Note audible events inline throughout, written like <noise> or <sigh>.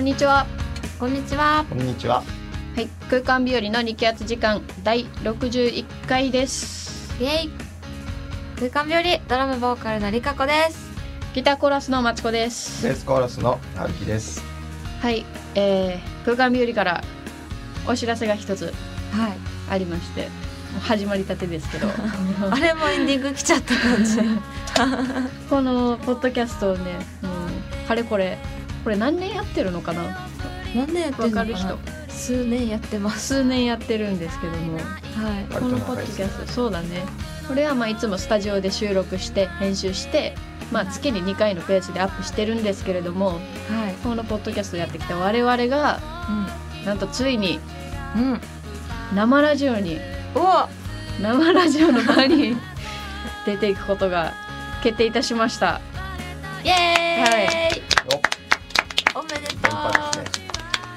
にちは。こんにちは。こんにちは。はい、空間日和の日気圧時間第61回です。イエイ。空間病理ドラムボーカルのりかこです。ギターコーラスのまちこです。ベースコーラスの春樹です。はい、えー、空間日和からお知らせが一つはい。ありまして、もう始まりたてですけ <laughs> ど、 <laughs> あれもエンディング来ちゃった感 <laughs> じ。このポッドキャストをね、もうかれこれ、これ何年やってるのかな何年やってわるのかかる人な。。数年やってます。数年やってるんですけども、はい。このポッドキャスト、そうだね。これはまあいつもスタジオで収録して編集して、まあ月に2回のペースでアップしてるんですけれども、はい。このポッドキャストやってきた我々がなんとついにうん。うん。生ラジオにお。は生ラジオの場に <laughs> 出ていくことが決定いたしましたい。イエーイ。よっおめでと連覇ですね。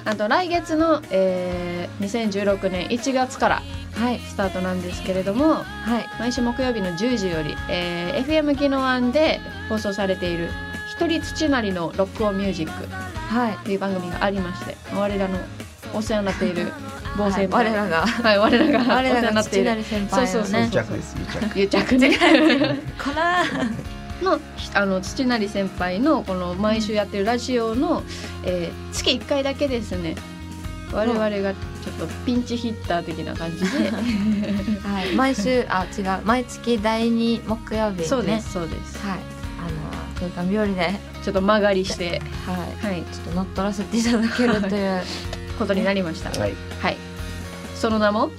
あと来月の、えー2016年1月からう。はい。スタートなんですけれどもはい。毎週木曜日の10時より、えー FM 機能案で放送されている「一人土なりのロックオンミュージック」はい。という番組がありまして我らのお世話になっている某 <laughs> はい先輩、我ら <laughs> が。はい我らがお我世話らにながってい父るなる先輩そうのそうそうね癒。着です、癒着。癒着 <laughs> ねかな。 <laughs> のあの土成先輩のこの毎週やってるラジオの、えー月1回だけですね我々がちょっとピンチヒッター的な感じ <laughs> で、はい。毎週あ違う毎月第二木曜日ね。そうですそうですはい。あの空間病理で。ちょっと間借りしてはい。はいちょっと乗っ取らせていただけるということになりましたはい。はいその名も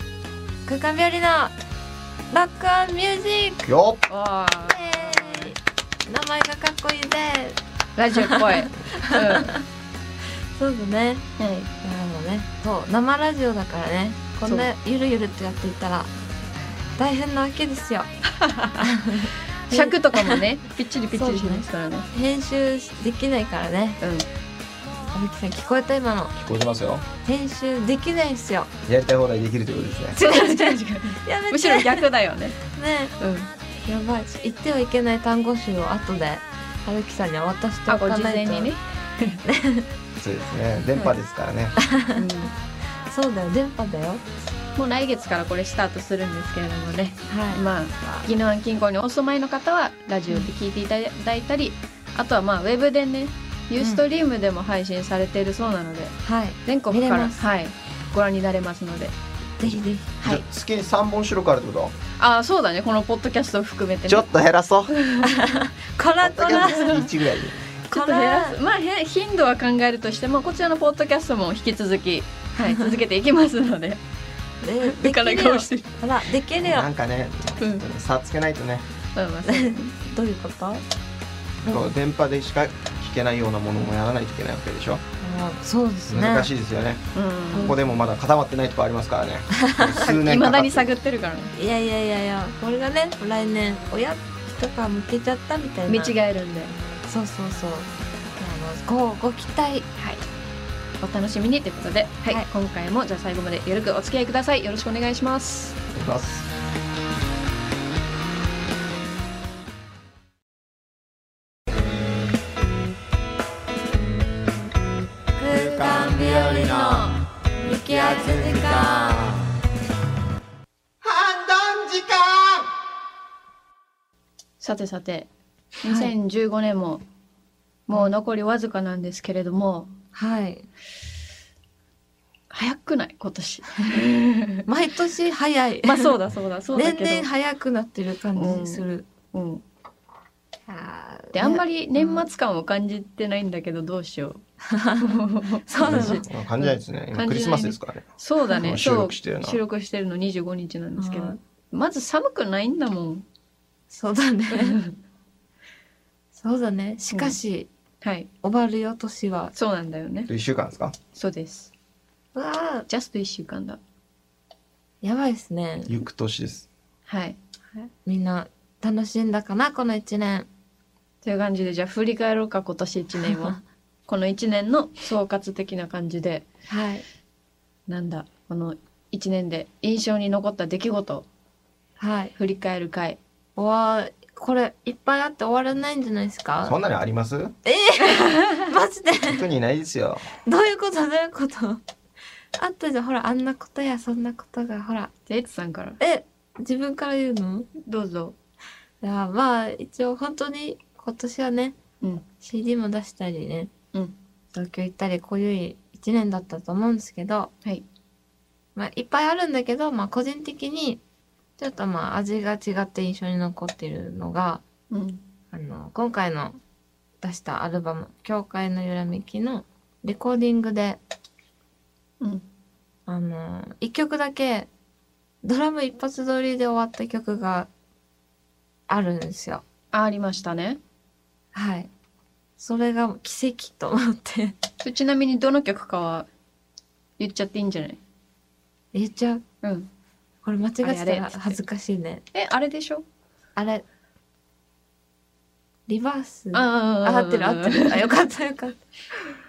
空間日和のロックオンミュージックよっあーイエーイ名前がかっこいいぜラジオっ <laughs> ぽい、うんそうだねはいいやでもねそう生ラジオだからねこんなゆるゆるってやっていたら大変なわけですよ尺とかもねぴっちりぴっちりしますからね編集できないからねうんあぶきさん聞こえた今の聞こえてますよ。編集できないっすよやりたい放題できるということですね。違う違う違うやめてむしろ逆だよねねうんやばい言ってはいけない単語集を後であぶきさんには渡しておあこかうな事いと前にね、そうですね。電波ですからね。うんそうだよ電波だよもう来月からこれスタートするんですけれどもねはいまあ宜野湾近郊にお住まいの方はラジオで聞いていただいたりあとはまあウェブでねユーストリームでも配信されているそうなので、はい全国か見れら、ますはい、ご覧になれますのでぜひぜひはいじゃあ月に三本収録あるってこああそうだねこのポッドキャストを含めて、と。ね、ちょっと減らそう。こらこら月一ぐらいで。ちょっと減らすまあへ頻度は考えるとしてもこちらのポッドキャストも引き続き、はい、続けていきますのでえ浮できかなるいよ顔してるほらできるよなんかね、うん差つけないとね、まあまあそうどういうことあこう電波でしか聞けないようなものもやらないといけないわけでしょ。そうですね難しいですよね。うんここでもまだ固まってないとこありますからね。数い年まかかだっにて。探ってるからねいやいやいやいやこれがね来年親とか向けちゃったみたい見な違えるんで、そうそうそうあのごご期待はい、お楽しみにということで、はいはい今回もじゃあ最後までよろくお付き合いくださいよろしくお願いしますいきます空間日和の行き圧時間判断時間。さてさてい2015年も、もう残りわずかなんですけれどもはい早くない今年毎年早 <laughs> い、 <laughs> まあそうだそうだそうだ年けど々早くなってる感じする、うん、あーであんまり年末感を感じてないんだけどどうし <laughs> ようそうなの今年感じないですね。今クリスマスですからね。そうだもねう収録してるなそう収録してるの25日なんですけあどーまず寒くないんだも <laughs> んそうだねそうだねしかし、はい終わるよ年はそうなんだよね一週間ですか。そうですうわあジャスト1週間だやばいですね行く年です。はいみんな楽しんだかなこの一年という感じでじゃあ振り返ろうか今年1年 <laughs> をこの1年の総括的な感じではいなんだこの1年で印象に残った出来事はい振り返る会わあこれいっぱいあって終わらないんじゃないですそかんなのあります <laughs> マジで特にないですよ。どういうことどういうことあったじゃんほらあんなことやそんなことがほらじゃあエツさんからえ自分から言うのどうぞいやまあ一応本当に今年はね、うん CD も出したりね、うん東京行ったりこういう1年だったと思うんですけど、はいまあ、いっぱいあるんだけど、まあ、個人的にちょっとまあ味が違って印象に残ってるのがうんあの今回の出したアルバム「教会の揺らめき」のレコーディングでうんあの1曲だけドラム一発撮りで終わった曲があるんですよ。あありましたねはい。それが奇跡と思ってそれちなみにどの曲かは言っちゃっていいんじゃない言っちゃう。うんこれ間違ってあたれあれら恥ずかしいね。えあれでしょあれ。リバース。あああ合ってる合ってる。あ、よかったよかっ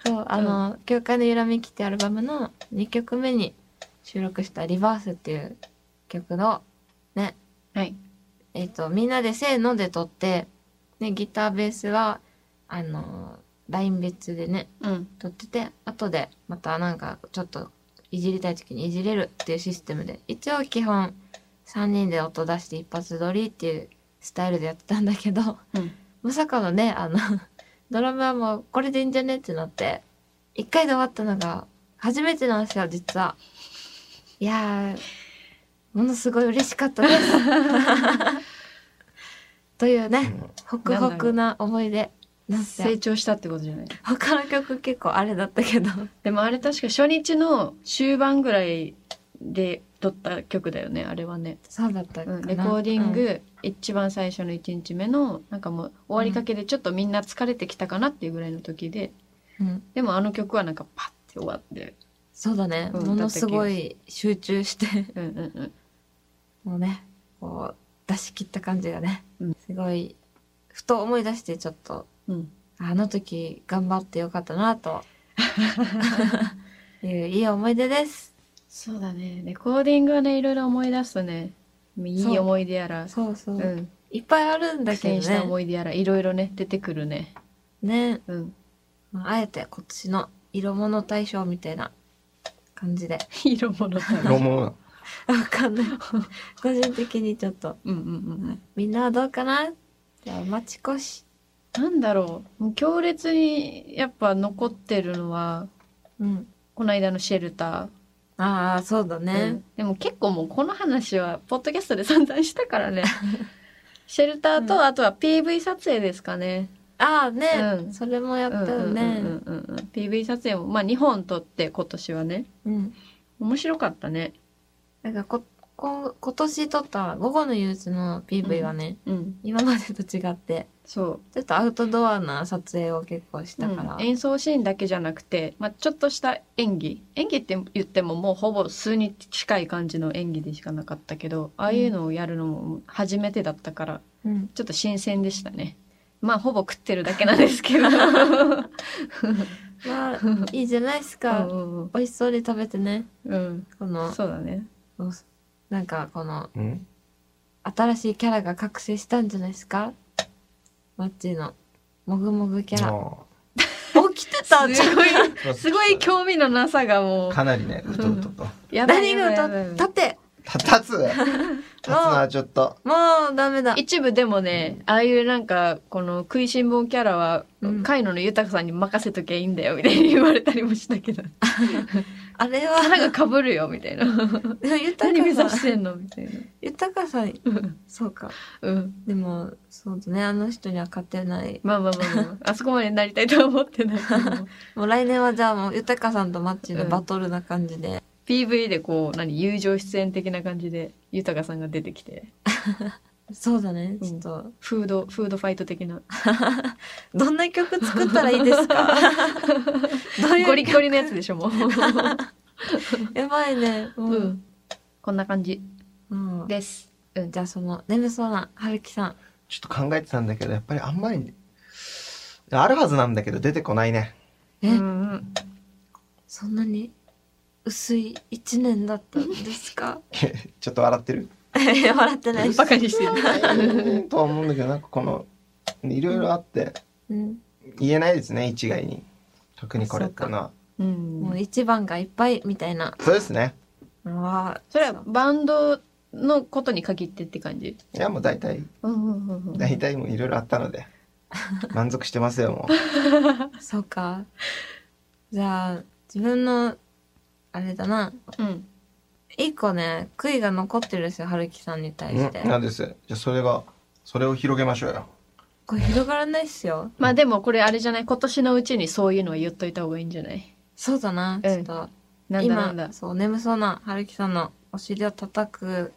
た。そう、あの、教会の揺らめきってアルバムの2曲目に収録したリバースっていう曲の、ね。はい。えっ、と、みんなでせーので撮って、ね、ギター、ベースは、あの、ライン別でね、うん撮ってて後でまたなんかちょっといじりたい時にいじれるっていうシステムで一応基本3人で音出して一発撮りっていうスタイルでやってたんだけど、うんまさかのねあの <laughs> ドラムはもうこれでいいんじゃねってなって1回で終わったのが初めてなんですよ実は。いやーものすごい嬉しかったです。とい <laughs> ううねんホクホクな思い出なんですよ成長したってことじゃない他の曲結構あれだったけどでもあれ確か初日の終盤ぐらいで撮った曲だよねあれはね、そうだったかうな、ん、レコーディンうんグ一番最初の1日目のなんかもう終わりかけでちょっとみんな疲れてきたかなっていうぐらいの時でうんでもあの曲はなんかパッて終わってそうだね、うんものすごい集中して <laughs> うんうんうんもうねこう出し切った感じがね、うんすごいふと思い出してちょっとうんあの時頑張ってよかった <laughs> なといういい思い出ですそうだねレコーディングはねいろいろ思い出すとねいい思い出やらそうそう、うんいっぱいあるんだ苦け戦したどね思い出やらいろいろね出てくるねね、 <laughs> うんまあ、あえて今年の色物大賞みたいな感じで <laughs> 色物だ色ね物わかんない個人的にちょっとうんうんうんうんみんなはどうかなじゃあお待ち越し。なんだろうもう強烈にやっぱ残ってるのはうん。この間のシェルタああ、そうだー、うねん。でも結構もうこの話はポッドキャストで散々したから <laughs> ねシェルターうんとあとは PV 撮影ですかね、ああね、うんそれもやっうんたようんうんね。うんうん PV 撮影もまあ2本撮って今年はねうん。面白かったねなんかこ、こ、今年撮った午後の憂鬱の PV はね、うん今までと違って、そうちょっとアウトドアな撮影を結構したから。うん演奏シーンだけじゃなくて、まあ、ちょっとした演技演技って言ってももうほぼ数に近い感じの演技でしかなかったけどああいうのをやるのも初めてだったからうんちょっと新鮮でしたねまあほぼ食ってるだけなんですけどまあ、いいじゃないですか。うん美味しそうに食べてね。うんこうんの、そうだねなんかこの、うん新しいキャラが覚醒したんじゃないですかマッチーの、もぐもぐキャラ。も起きてたじゃんすごいうすごい興味のなさがもうかなりね、うとうとと。やばい何がや歌ばいやばいっ立ってた、立つ立つのはちょっと。もうダメだ一部でもねああいうなんかこの食いしん坊キャラはうんカイノの豊さんに任せときゃいいんだよみたいに言われたりもしたけどあれ花はがかぶるよみたい <laughs> な <laughs> 豊何目指かしさんてんのみたいな豊かさんうんそうかうんでもそうだねあの人には勝てないまあまあまあまあ、あ、そこまでなりたいとは思ってないけ <laughs> どもう来年はじゃあもう豊かさんとマッチーのバトルな感じで、 PV でこう何友情出演的な感じで豊さんが出てきてそうだねうんちょっと、フードフードファイト的などんな曲作ったらいいで <laughs> すかどういうゴリゴリのやつでしょもう、やばいねも <laughs> うう、ん、こんな感じうんですうんじゃあその眠そうな春樹さんちょっと考えてたんだけど、やっぱりあんまり、あるはずなんだけど出てこないね。え、うんうんそんなに薄い一年だったんですか <laughs> ちょっと笑ってる。笑ってないしバカにしてる <laughs> うんとは思うんだけどなんかこのいろいろあってうん、言えないですね一概に特にこれってのはうんもう一番がいっぱいみたいなそうですねのはそれはバンドのことに限ってって感じいやもう大体うんうんうんうん大体もういろいろあったので満足してますよ <laughs> もそうかじゃあ自分のあれだなうん一個ね悔いが残ってるんですよ春樹さんにう、対してうん、なんですじゃあそれがそれを広げましょうよこれ広がらないっすよまあでもこれあれじゃない今年のうちにそういうのは言っといた方がいいんじゃないそうだなうちんょっと、なんだ今なんだそう眠そうな春樹さんのお尻を叩く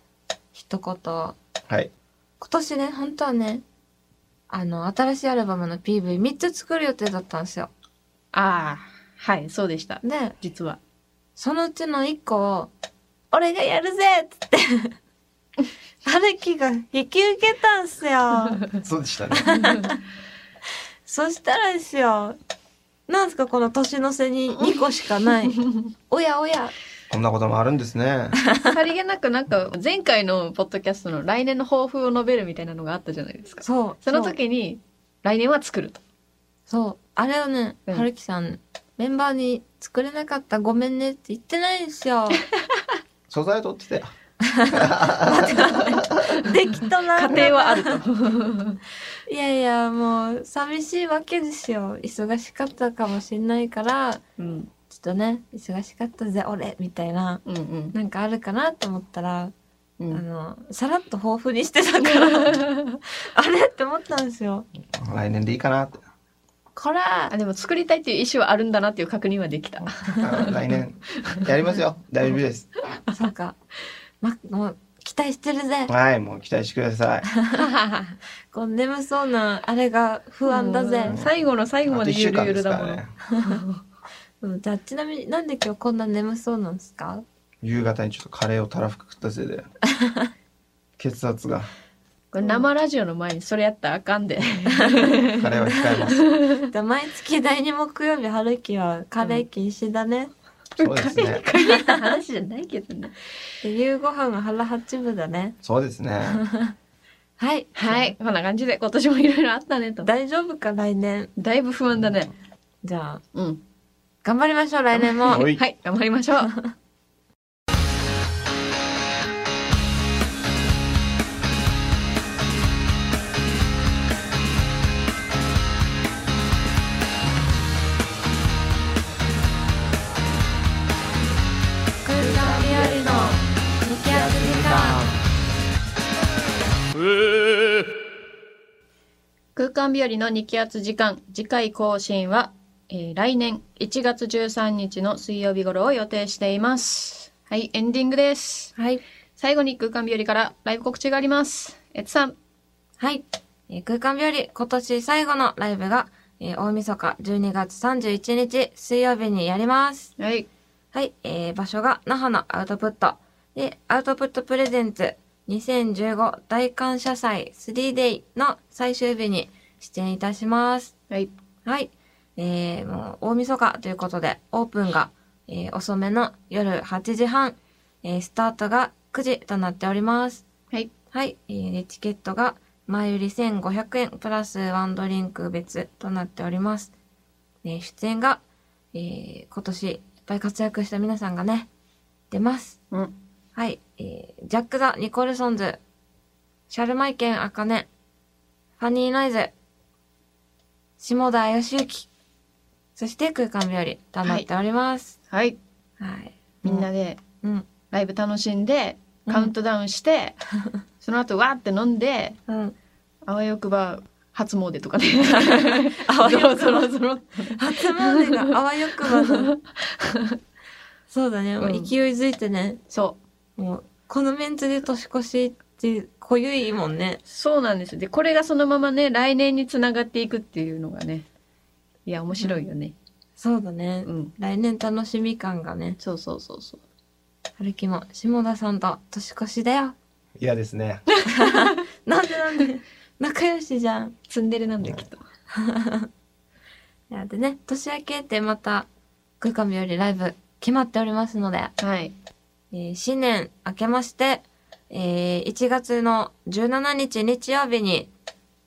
一言はい今年ね本当はねあの新しいアルバムの PV3 つ作る予定だったんですよああはいそうでしたで実はそのうちの1個を「俺がやるぜ!」っつ <laughs> って春樹が引き受けたんすよそうでしたねそしたらですよなんすかこの年の瀬に2個しかない <laughs> おやおやこんなこともあるんですねさりげなくなんか前回のポッドキャストの来年の抱負を述べるみたいなのがあったじゃないですかそうその時に来年は作るとそうそうあれをねうん春樹さんメンバーに作れなかったごめんねって言ってないんで <laughs> すよ素材取っててできたな家庭はあるといやいやもう寂しいわけですよ忙しかったかもしんないからちょうんっとね忙しかったぜ俺みたいなうんうんなんかあるかなと思ったら、うあんのさらっと抱負にしてたから <laughs> あれって思ったんですよ来年でいいかなってこらあでも作りたいっていう意思はあるんだなっていう確認はで <laughs> きたあ来年やりますよ大丈夫ですそうか、ま、もう期待してるぜはいもう期待してくださいこう眠そうなあれが不安だぜうん最後の最後まあとで1ゆ週る間ゆでるすだかもらのねうんじゃあちなみになんで今日こんな眠そうなんですか夕方にちょっとカレーをたらふく食ったせいで血圧がこれ生ラジオの前にそれやったらあかんでカレーは控え <laughs> ますじゃあ毎月第2木曜日春樹はカレー禁止だね、そうです <laughs> ね考えた話じゃないけどねで夕ご飯が腹八分だねそうです <laughs> ねはいはいこんな感じで今年もいろいろあったねとだ大丈夫か来年だいぶ不安だねじゃあうん頑張りましょう来年もおいはい頑張りましょう空間日和の激アツ時間 <laughs> 空間日和の日気圧時間次回更新は、えー来年1月13日の水曜日頃を予定していますはいエンディングですはい最後に空間日和からライブ告知がありますえつさんはい、えー空間日和今年最後のライブが、えー大晦日12月31日水曜日にやりますはいはい、えー場所が那覇のアウトプットでアウトプットプレゼンツ2015大感謝祭 3day の最終日に出演いたしますはいはい。えー、もう大晦日ということで、オープンが、えー遅めの夜8時半、えースタートが9時となっております。はいはい。えーチケットが前売り1500円プラスワンドリンク別となっております。えー出演が、えー今年いっぱい活躍した皆さんがね、出ます。うんはい。えージャック・ザ・ニコルソンズ、シャルマイケン・アカネ、ファニー・ノイズ、下田義之、そして空間日和となっております。はいはい。みんなでうん。ライブ楽しんでうんカウントダウン <laughs> して、その後わーって飲んでうん。あわよくば初詣 <laughs> とかねあわよ <laughs> くばそろそろそろ初詣があわよくばの。そうだね。もう勢いづいてね。そうもう、このメンツで年越しって、濃ゆいもんね。そうなんですでこれがそのままね来年につながっていくっていうのがねいや面白いよねそうだね。うん来年楽しみ感がね、そうそうそうそう春樹も下田さんと年越しだよ。嫌ですねなんでなんで仲良しじゃん。ツンデレなんだよきっといやでね、年明けってまた、空間日和ライブ決まっておりますので、はいえー新年明けまして、えー1月の17日日曜日に、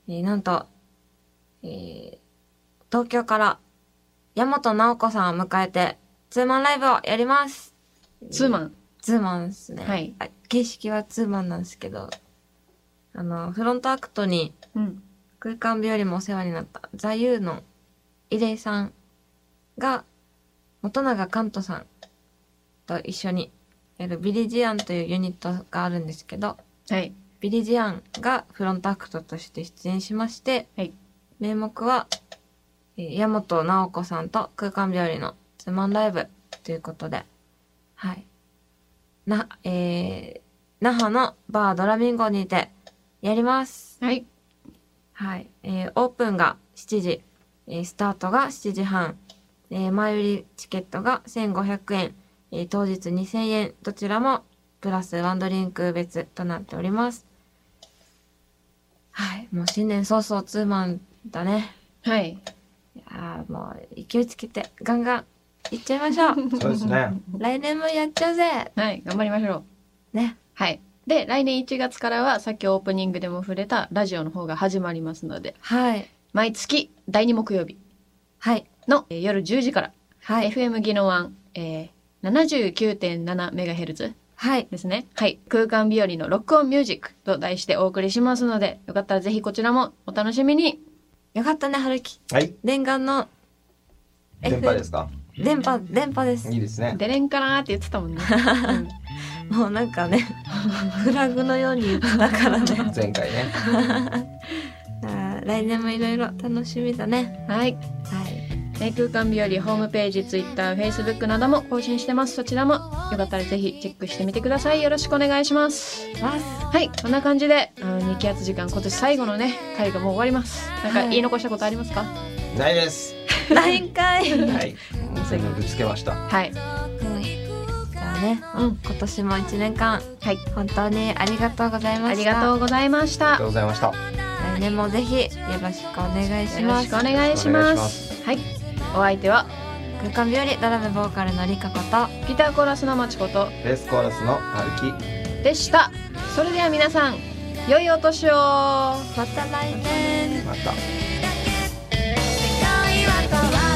えーなんと、えー東京から、大和直子さんを迎えて、ツーマンライブをやります。ツーマンツーマンですね。はいあ。形式はツーマンなんですけど、あの、フロントアクトに、うん空間日和もお世話になった座右の入江さんが元永カントさんと一緒にやるビリジアンというユニットがあるんですけどはいビリジアンがフロントアクトとして出演しまして、はい名目はえー大和直子さんと空間日和のツーマンライブということではいなえー、那覇のバードラミンゴにてやりますはいはい、えーオープンが7時、えースタートが7時半、えー前売りチケットが1500円、えー当日2000円、どちらもプラスワンドリンク別となっております。はい、もう新年早々ツーマンだね。はいいやーもう勢いつけてガンガンいっちゃいましょ <laughs> うそうですね。来年もやっちゃう <laughs> ぜはい頑張りましょうね。はいで来年1月からはさっきオープニングでも触れたラジオの方が始まりますのではい、毎月第2木曜日はい、のえー夜10時から、はい、 FM 技能1、えー、79.7MHz はい、ですねはい空間日和のロックオンミュージックと題してお送りしますのでよかったらぜひこちらもお楽しみによかったね、春樹。はい。念願の電波ですか。 F 電波、電波です。いいですね。出れんかなーって言ってたもん <laughs> ね、うんもうなんかねフラグのように言ってたからね前回ね。あー来年もいろいろ楽しみだねはいはいね空間日和ホームページ、ツイッター、フェイスブックなども更新してます。そちらもよかったらぜひチェックしてみてください。よろしくお願いします。ますはい、こんな感じで、あの、日気圧時間今年最後のね、会がもう終わります。なんかはい言い残したことありますかないです。来年かい、うん、はい。全部ぶつけました。はい、じゃあね、うん今年も一年間はい、本当にありがとうございまあしりたがとうございましありがとうた。よございました。来年もぜひよろしくお願いしろましすくお願いしよろしくお願いしま。ますはい、お相手は、空間日和ドラムボーカルのりかことギターコーラスのまちことベースコーラスの春樹。でした。それでは皆さん、良いお年をまた来年また。世界は変わる